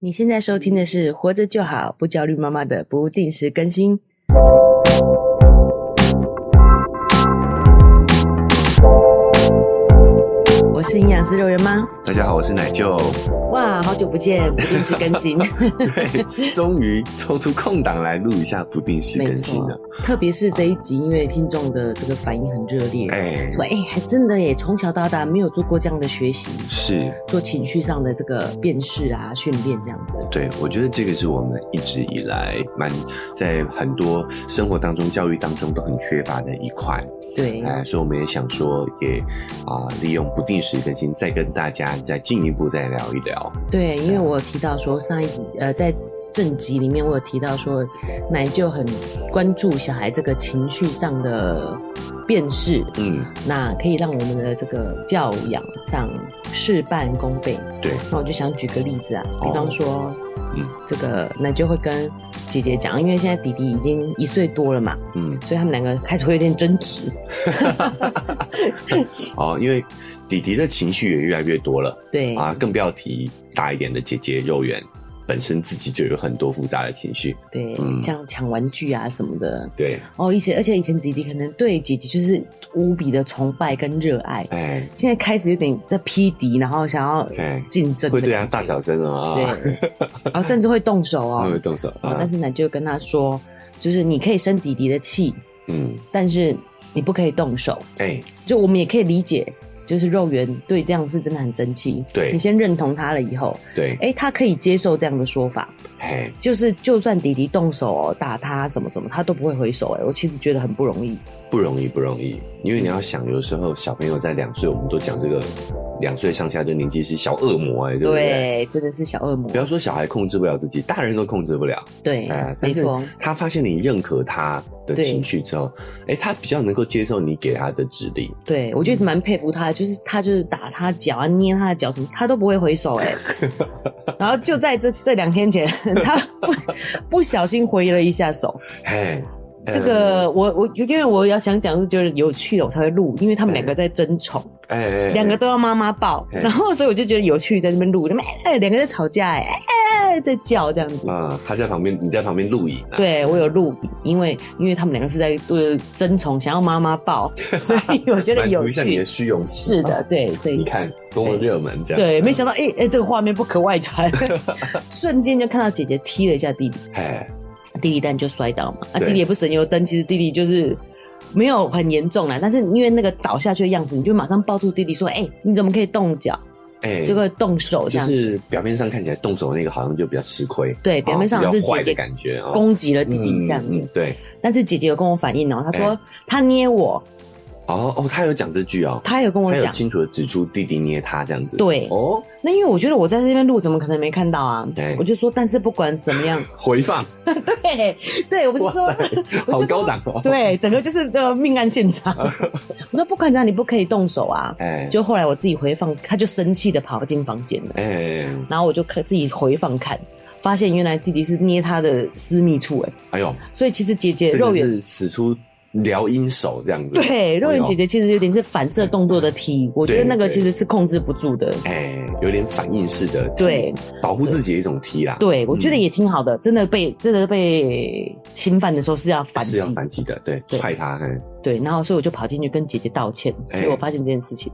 你现在收听的是《活着就好不焦虑妈妈》的不定时更新。我是营养师肉圆妈，大家好，我是奶舅。 哇，好久不见，不定时更 新。对，终于抽出空档来录一下不定时没更新错了。，特别是这一集，因为听众的这个反应很热烈，哎、说哎、还真的耶，从小到大没有做过这样的学习，是做情绪上的这个辨识啊、训练这样子。对，我觉得这个是我们一直以来蛮在很多生活当中、教育当中都很缺乏的一块。对，哎、所以我们也想说也，啊利用不定时更新，再跟大家再进一步再聊一聊。对，因为啊我有提到说上一集呃在正集里面我有提到说奶就很关注小孩这个情绪上的辨识，嗯，那可以让我们的这个教养上事半功倍。对，那我就想举个例子啊，比哦方说，嗯这个奶就会跟姐姐讲，因为现在弟弟已经一岁多了嘛，嗯，所以他们两个开始会有点争执。哦，因为弟弟的情绪也越来越多了。对，啊，更不要提大一点的姐姐肉圆，本身自己就有很多复杂的情绪。对，嗯像抢玩具啊什么的。对，哦，以前而且以前弟弟可能对姐姐就是无比的崇拜跟热爱，哎现在开始有点在匹敌，然后想要哎，竞争的会感觉，对他大小声啊，啊，对，然后甚至会动手 他会哦。动手哦啊，但是奶就跟他说，就是你可以生弟弟的气，嗯，但是你不可以动手。哎，就我们也可以理解，就是肉圆对这样是真的很生气。对你先认同他了以后，对，哎，他可以接受这样的说法，哎，就是就算弟弟动手、哦、打他什么什么，他都不会回手。哎，我其实觉得很不容易。不容易，不容易，因为你要想，有时候小朋友在两岁，我们都讲这个两岁上下这年纪是小恶魔，哎，对不对？对，真的是小恶魔不。要说小孩控制不了自己，大人都控制不了。对哎，，没但是错，他发现你认可他的对情绪之后，哎，他比较能够接受你给他的指令。对我就一直蛮佩服他的，就是他就是打他脚啊、捏他的脚什么，他都不会回手 哎、然后就在这这两天前，他不不小心回了一下 手。嘿，嗯这个我我因为我要想讲是觉得有趣的我才会录，因为他们两个在争宠，哎，哎，哎两个都要妈妈抱，哎然后所以我就觉得有趣，在那边录，他们哎哎两个在吵架哎哎哎在叫这样子。啊，他在旁边，你在旁边录影啊？对我有录影，因为因为他们两个是在呃争宠，想要妈妈 抱，所以我觉得满足有一下你趣的。虚荣心。是的，，对，所以你看多么热门这样。对，没想到，哎、哎、这个画面不可外传， 瞬间就看到姐姐踢了一下弟弟，哎，弟弟当然就摔倒嘛，啊，对弟弟也不省油灯，其实弟弟就是没有很严重啦，但是因为那个倒下去的样子，你就马上抱住弟弟说，哎、你怎么可以动脚，哎，就会动手这就样，是表面上看起来动手那个好像就比较吃亏，哦对，表面上好像比是较坏姐姐的感觉哦攻击了弟弟这样子，嗯嗯对，但是姐姐有跟我反映哦、她说、哎她捏我，哦哦，他有讲这句哦，她有跟我他有讲，清楚的指出弟弟捏他这样子。对哦，那因为我觉得我在这边录，怎么可能没看到啊对？我就说，但是不管怎么 样，回放，对，对 我不是哇说塞。，好高档哦。，对，整个就是这个命案现 场。我说不管怎样，你不可以动手啊！哎，就后来我自己回放，他就生气的跑进房间了，哎，然后我就看自己回放看，发现原来弟弟是捏他的私密处、哎，哎呦，所以其实姐姐这肉个圆。是使出撩阴手这样子。对，肉圆哎呦姐姐其实有点是反射动作的踢，我觉得对那个对其实是控制不住的。哎，有点反应式的踢，对保护自己的一种踢啦。对，我觉得嗯也挺好的，真的被真的被侵犯的时候是要反是击要，反击的，对，对踹他，嗯嘿对，然后所以我就跑进去跟姐姐道歉，哎结果我发现这件事情，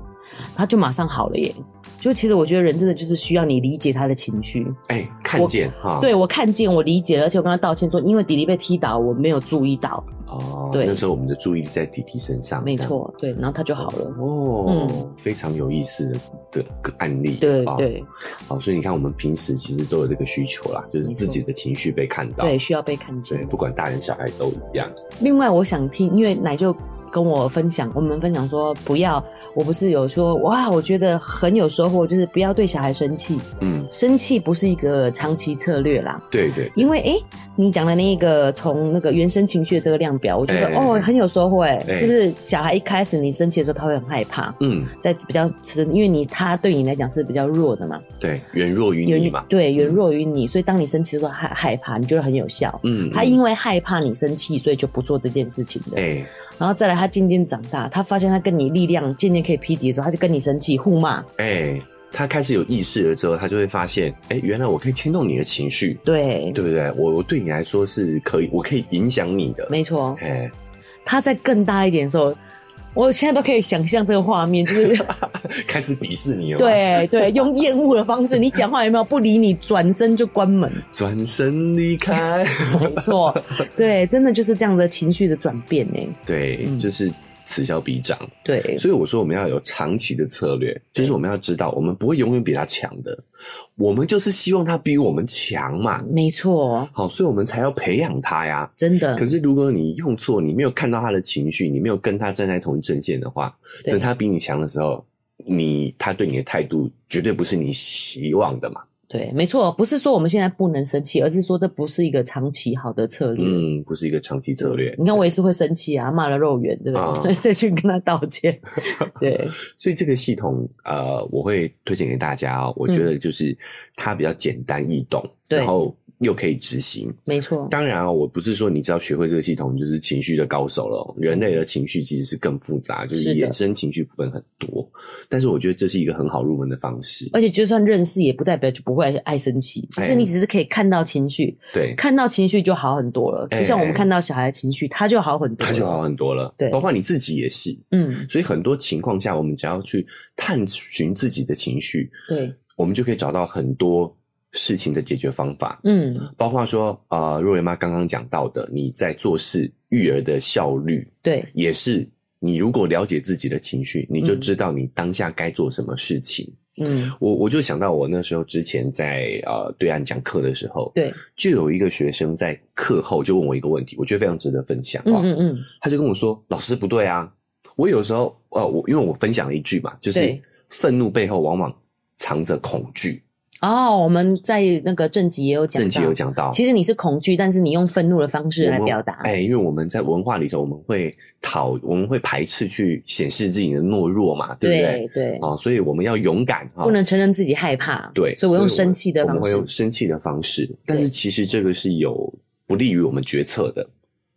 她就马上好了耶。就其实我觉得人真的就是需要你理解他的情绪。哎、看见哈，，对我看见，我理解了，而且我跟他道歉说，因为弟弟被踢倒，我没有注意到，哦，对那时候我们的注意力在弟弟身上，没这样，错，对，然后他就好了。哦，嗯非常有意思的个案例，对哦对好、所以你看，我们平时其实都有这个需求啦，就是没错自己的情绪被看到，对，需要被看哦对见。不管大人小孩都一样，另外，我想听，因为奶就跟我分享，我们分享说不要，我不是有说哇，我觉得很有收获，就是不要对小孩生气，嗯，生气不是一个长期策略啦，对对，因为诶，你讲的那个从那个原生情绪的这个量表，我觉得、哎哦很有收获哎，哎是不是？小孩一开始你生气的时候，他会很害怕，嗯，在比较吃，因为你他对你来讲是比较弱的嘛，对，远弱于你嘛，对远弱于你，所以当你生气的时候害害怕，你觉得很有效。嗯，他嗯因为害怕你生气，所以就不做这件事情的。哎、然后再来，他渐渐长大，他发现他跟你力量渐渐可以匹敌的时候，他就跟你生气互骂，哎、他开始有意识了之后，他就会发现，哎、原来我可以牵动你的情绪，对，对不对？我我对你来说是可以，我可以影响你的。没错。哎，他在更大一点的时候，我现在都可以想象这个画面， 就是开始鄙视你了，，对对，用厌恶的方式，你讲话有没有不理你，转身就关 门，转身离开。没错，对，真的就是这样的情绪的转变呢。对，嗯就是此消彼长。对，所以我说我们要有长期的策略，就是我们要知道，我们不会永远比他强的，我们就是希望他比我们强嘛。没错，好，所以我们才要培养他呀。真的可，是如果你用错，你没有看到他的情绪，你没有跟他站在同一阵线的话，对等他比你强的时候，你他对你的态度绝对不是你希望的嘛。对，没错，不是说我们现在不能生气，而是说这不是一个长期好的策略。嗯，不是一个长期策略。你看，我也是会生气啊，骂了肉圆，对不啊对？所以再去跟他道 歉。对，所以这个系统，呃，我会推荐给大家哦。我觉得就是它比较简单易懂，嗯对然后又可以执行。没错，当然啊，我不是说你只要学会这个系统，你就是情绪的高手了哦。人类的情绪其实是更复杂，就嗯是是的衍生情绪部分很多。但是我觉得这是一个很好入门的方式。而且就算认识，也不代表就不会爱生气，就哎是你只是可以看到情绪，对，看到情绪就好很多了。哎就像我们看到小孩的情绪，他就好很多。它就好。很多了。对包括你自己也是。嗯，所以很多情况下，我们只要去探寻自己的情绪，对，我们就可以找到很多事情的解决方法。嗯，包括说，呃，若圆妈刚刚讲到的，你在做事育儿的效率，对，也是你如果了解自己的情绪，你就嗯知道你当下该做什么事情。嗯，我我就想到我那时候之前在呃对岸讲课的时候，，对，就有一个学生在课后就问我一个问题，我觉得非常值得分享嗯哦嗯嗯，他就跟我说：“老师不对啊，我有时候呃，我因为我分享了一句嘛，就是对愤怒背后往往藏着恐惧。哦，我们在那个正集也有讲到，正奇有讲到，其实你是恐惧，但是你用愤怒的方式来我们表达。哎、因为我们在文化里头，我们会讨，我们会排斥去显示自己的懦弱嘛，对不对？对对，哦，所以我们要勇敢哈。不能承认自己害怕。对，所以我用生气的我方们会式用。生气的方式，但是其实这个是有不利于我们决策的，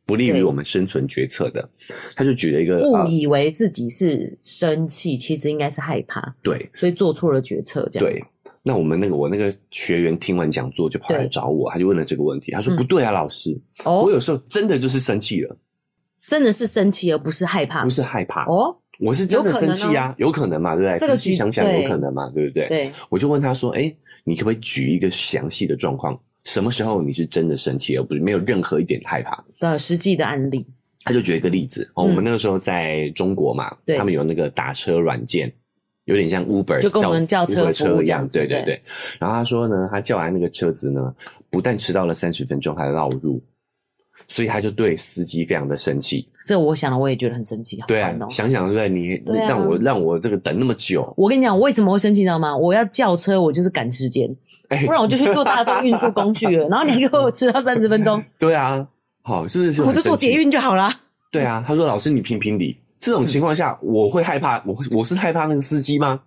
不利于对我们生存决策的。他就举了一个误呃，以为自己是生气，其实应该是害怕，对，所以做错了决策，这样对子。，那我们那个我那个学员听完讲座就跑来对找我，他就问了这个问题，他说：“嗯不对啊，老师，我哦，有时候真的就是生气了，真的是生气，而不是害怕不。是害怕，哦，我是真的生气啊，有可能嘛，对不对？这个仔细举想想对有可能嘛，对不对？对，我就问他说：‘哎，你可不可以举一个详细的状况？什么时候你是真的生气，而不是没有任何一点害怕的实际的案例。？’他就举了一个例子哦，嗯我们那个时候在中国嘛，对他们有那个打车软件。”有点像 Uber，就跟我们叫 Uber 车服务车一这样样，子对对对对。然后他说呢，他叫来那个车子呢，不但迟到了三十分钟，还绕路，所以他就对司机非常的生气。这我想了，我也觉得很生气，好对啊烦，哦。想想对不对？你对啊让我让我这个等那么久，我跟你讲，我为什么会生气，你知道吗？我要叫车，我就是赶时间，哎不，然我就去坐大众运输工具了。然后你还给我迟到三十分钟， 对啊，好， 就是我就坐捷结。运就嗯好啦。对啊，他说老师你评评理，这种情况下我会害怕，我会我是害怕那个司机吗？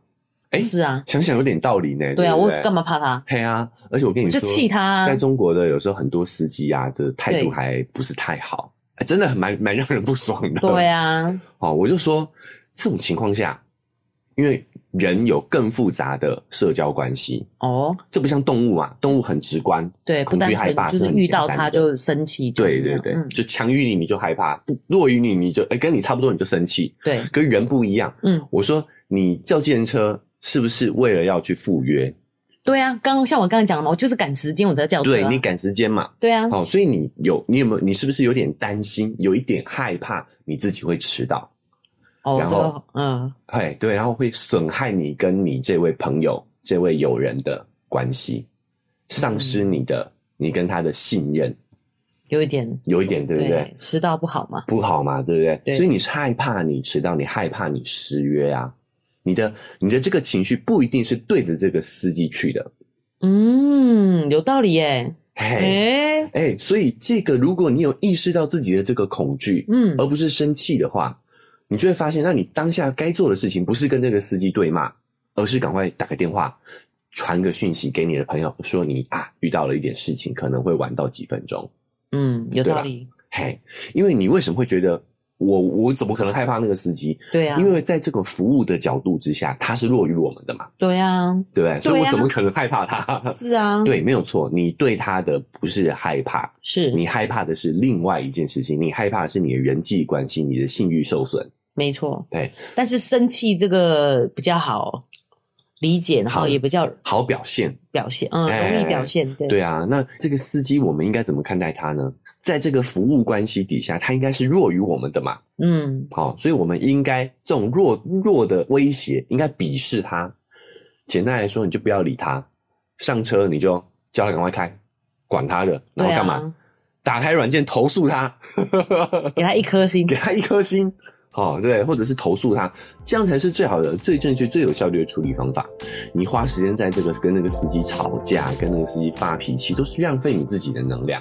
哎，是啊，想想有点道理呢。对啊，不我对干嘛怕他？嘿啊，而且我跟你我说，就气他啊在中国的有时候很多司机啊的态度对还不是太好，哎真的很蛮蛮让人不爽的。对，啊，哦，我就说这种情况下，因为人有更复杂的社交关系，哦，这不像动物嘛，动物很直观。对，不恐单惧害纯怕就是很遇简到单他的就生气，就是对这对样对，嗯，就强于你你就害怕，不弱于你你就哎跟你差不多你就生气，对，跟人不一样。嗯，我说你叫计程车是不是为了要去赴约？对啊，刚像我刚才讲的嘛，我就是赶时间我才叫车啊，对你赶时间嘛，对啊，好、所以你有你有没有你是不是有点担心，有一点害怕你自己会迟到？哦，然这后个嗯，哎，对，然后会损害你跟你这位朋友、这位友人的关系，丧失嗯你的、你跟他的信任，有一点有一点对不对？迟到不好嘛，不好嘛，对不对？对所以你是害怕你迟到，你害怕你失约啊。你的你的这个情绪不一定是对着这个司机去的，嗯，有道理耶，嘿，诶，哎，所以这个如果你有意识到自己的这个恐惧，嗯，而不是生气的话，你就会发现，那你当下该做的事情不是跟这个司机对骂，而是赶快打个电话，传个讯息给你的朋友，说你啊遇到了一点事情，可能会晚到几分钟。嗯，有对啊道吧理，嘿，因为你为什么会觉得我我怎么可能害怕那个司机？对啊，因为在这个服务的角度之下，他是弱于我们的嘛，对啊，对不对？所对以啊我怎么可能害怕他？ 是啊，呃对，没有错，你对他的不是害怕，是你害怕的是另外一件事情，你害怕的是你的人际关系，你的信誉受损。没错。对，但是生气这个比较好理解，然后好也比较好表现，表现，嗯，哎容易表现，对，对啊，那这个司机我们应该怎么看待他呢？在这个服务关系底下，他应该是弱于我们的嘛，嗯，好、所以我们应该这种弱弱的威胁，应该鄙视他。简单来说，你就不要理他，上车你就叫他赶快开，管他的，然后对啊干嘛？打开软件投诉他， 给他一颗星给，他一颗星，哦，对，或者是投诉他，这样才是最好的、最正确、最有效率的处理方法。你花时间在这个跟那个司机吵架、跟那个司机发脾气，都是浪费你自己的能量。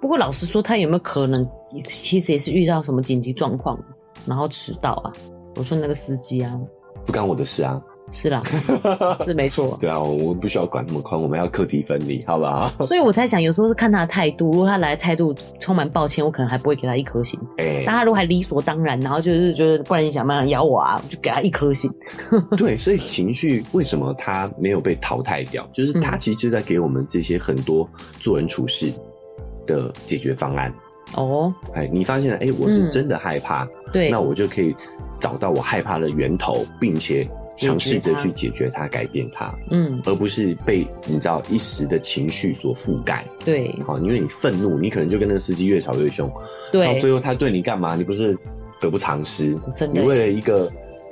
不过老实说，他有没有可能其实也是遇到什么紧急状况，然后迟到啊？我说那个司机啊，不干我的事啊！ 是啦，是没错。对啊，我们不需要管那么宽，我们要课题分离，好不好？ 所以我才想，有时候是看他的态度。如果他来的态度充满抱歉，我可能还不会给他一颗星。哎、但他如果还理所当然，然后就是觉得，不然你想办法咬我啊，我就给他一颗星。 对，所以情绪为什么它没有被淘汰掉？就是嗯它其实就在给我们这些很多做人处事的解决方案。哦，哎，你发现了，哎，我是嗯真的害怕，对，那我就可以找到我害怕的源头，并且尝试着去解决它、改变它，嗯，而不是被你知道一时的情绪所覆盖。对好，因为你愤怒，你可能就跟那个司机越吵越凶，到对，最后他对你干嘛？你不是得不偿失？真你的为了一个。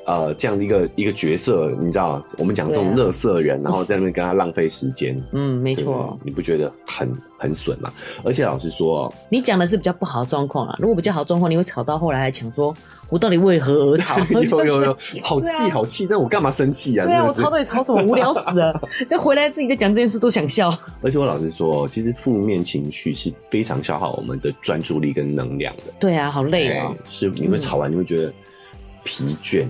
呃，这样的一个一个角色，你知道，我们讲这种对乐色人，然后在那边跟他浪费时间，嗯，没没错。你不觉得很很损吗？而且老实说哦，？你讲的是比较不好的状况啦。啊如果比较好的状况，你会吵到后来还想说，我到底为何而 吵有有有就是，好对气啊好气，但我干嘛生气呀？对啊，真我的是吵到底吵什么？无聊死了，就回来自己在讲这件事都想笑。而且我老实说，其实负面情绪是非常消耗我们的专注力跟能量的。 对啊，好累哎哦。是你会吵完，你会觉得疲 倦，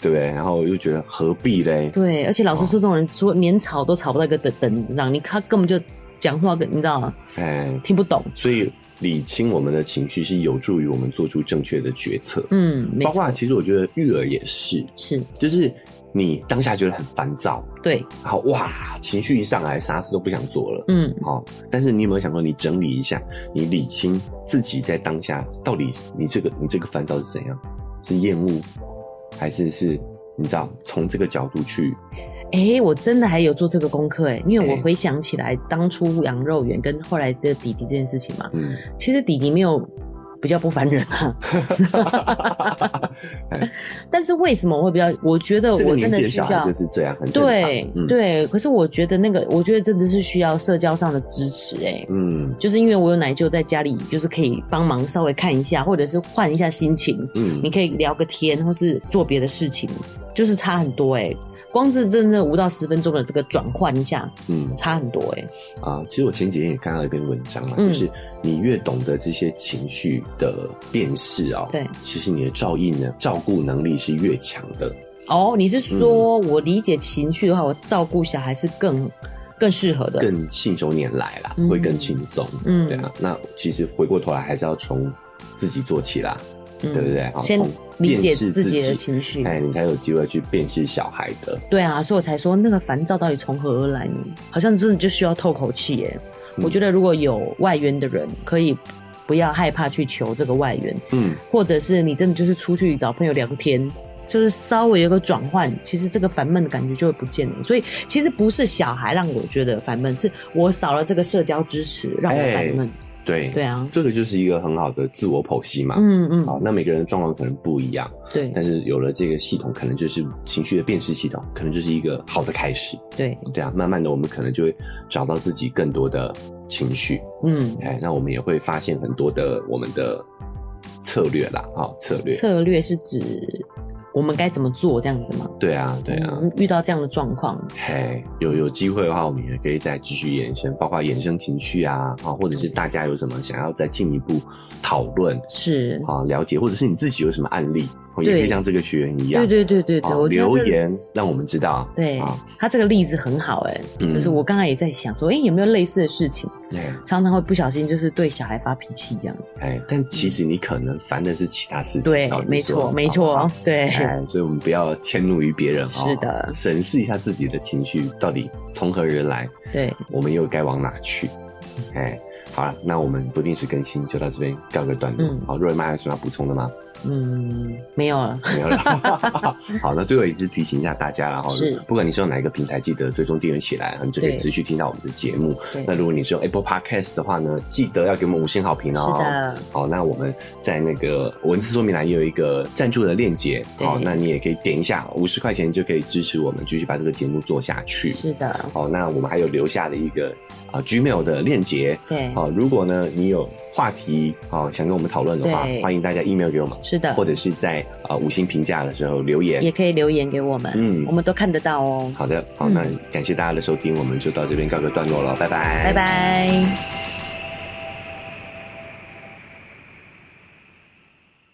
对不对？然后又觉得何必嘞？对，而且老师说这种人说连吵都吵不到一个等等子上，你他根本就讲话跟你知道吗？哎，听不懂。所以理清我们的情绪是有助于我们做出正确的决策。嗯，没包括其实我觉得育儿也是，是，就是你当下觉得很烦躁，对，然后哇，情绪一上来，啥事都不想做了。嗯，好、但是你有没有想过，你整理一下，你理清自己在当下到底你这个你这个烦躁是怎样？是厌恶，还是是你知道从这个角度去？哎、我真的还有做这个功课哎、因为我哎回想起来当初羊肉圆跟后来的弟弟这件事情嘛， 嗯，其实弟弟没有比较不烦人啊，但是为什么我会比较？我觉得这个我年真纪的需小孩要就。是这样，很正常。对、嗯，对，可是我觉得那个，我觉得真的是需要社交上的支持、哎，嗯就是因为我有奶舅在家里，就是可以帮忙稍微看一下，或者是换一下心情，你嗯，可以聊个天，或是做别的事情，就是差很多哎、光是真的五到十分钟的这个转换一下，嗯差很多哎、啊、其实我前几天也看到一篇文章嘛，嗯就是你越懂得这些情绪的辨识哦，对，其实你的照应呢，照顾能力是越强的。哦，你是说、嗯我理解情绪的话，我照顾小孩是更更适合的，更信手拈来啦，嗯会更轻松。嗯对啊。那其实回过头来还是要从自己做起啦，嗯对不对？好先从理解辨识自己的己情绪，哎，你才有机会去辨识小孩的。对啊，所以我才说那个烦躁到底从何而来呢？好像真的就需要透口气耶。嗯我觉得如果有外援的人，可以不要害怕去求这个外援，嗯，或者是你真的就是出去找朋友聊个天，就是稍微有个转换，其实这个烦闷的感觉就会不见了。所以其实不是小孩让我觉得烦闷，是我少了这个社交支持让我哎烦闷。对对，啊，这个就是一个很好的自我剖析嘛。嗯嗯，啊好，那每个人的状况可能不一样，对但是有了这个系统，可能就是情绪的辨识系统，可能就是一个好的开始。对，对啊，慢慢的我们可能就会找到自己更多的情绪。嗯，哎，那我们也会发现很多的我们的策略啦，啊、策略，策略是指我们该怎么做这样子吗？对啊，对啊，嗯，遇到这样的状况，嘿，有有机会的话，我们也可以再继续延伸，包括衍生情绪啊，啊，或者是大家有什么想要再进一步讨论是，啊、了解，或者是你自己有什么案例，哦也对可以像这个学员一样，对对对对对，啊我觉得留这个。言让我们知道，对啊，他这个例子很好哎、嗯就是我刚才也在想说，哎、有没有类似的事情？哎常常会不小心就是对小孩发脾气这样子。哎，但其实你可能烦的是其他事情。嗯对老，实没说哦错，没。错，对，哎，所以我们不要迁怒于别人哦。是的审视一下自己的情绪到底从何而来，对，我们又该往哪去？哎，好了，那我们不定时更新就到这边告个段落。嗯好，若瑞妈还有什么要补充的吗？嗯，没有了，没有了。 好，那最后也是提醒一下大家了哈，是不管你是用哪一个平台，记得追踪订阅起来，你就可以对持续听到我们的节目。对，那如果你是用 Apple Podcast 的话呢，记得要给我们五星好评哦。是的，好，那我们在那个文字说明栏也有一个赞助的链接，对好，那你也可以点一下，五十块钱就可以支持我们继续把这个节目做下去。是的，好，那我们还有留下的一个啊、Gmail 的链接，对，好，如果呢你有话题啊、想跟我们讨论的话，对欢迎大家 email 给我们，是的或，者是在啊、五星评价的时候留言也。可以留言给我们，嗯我们都看得到哦。好的，好，嗯那感谢大家的收听，我们就到这边告个段落了，拜拜拜，拜。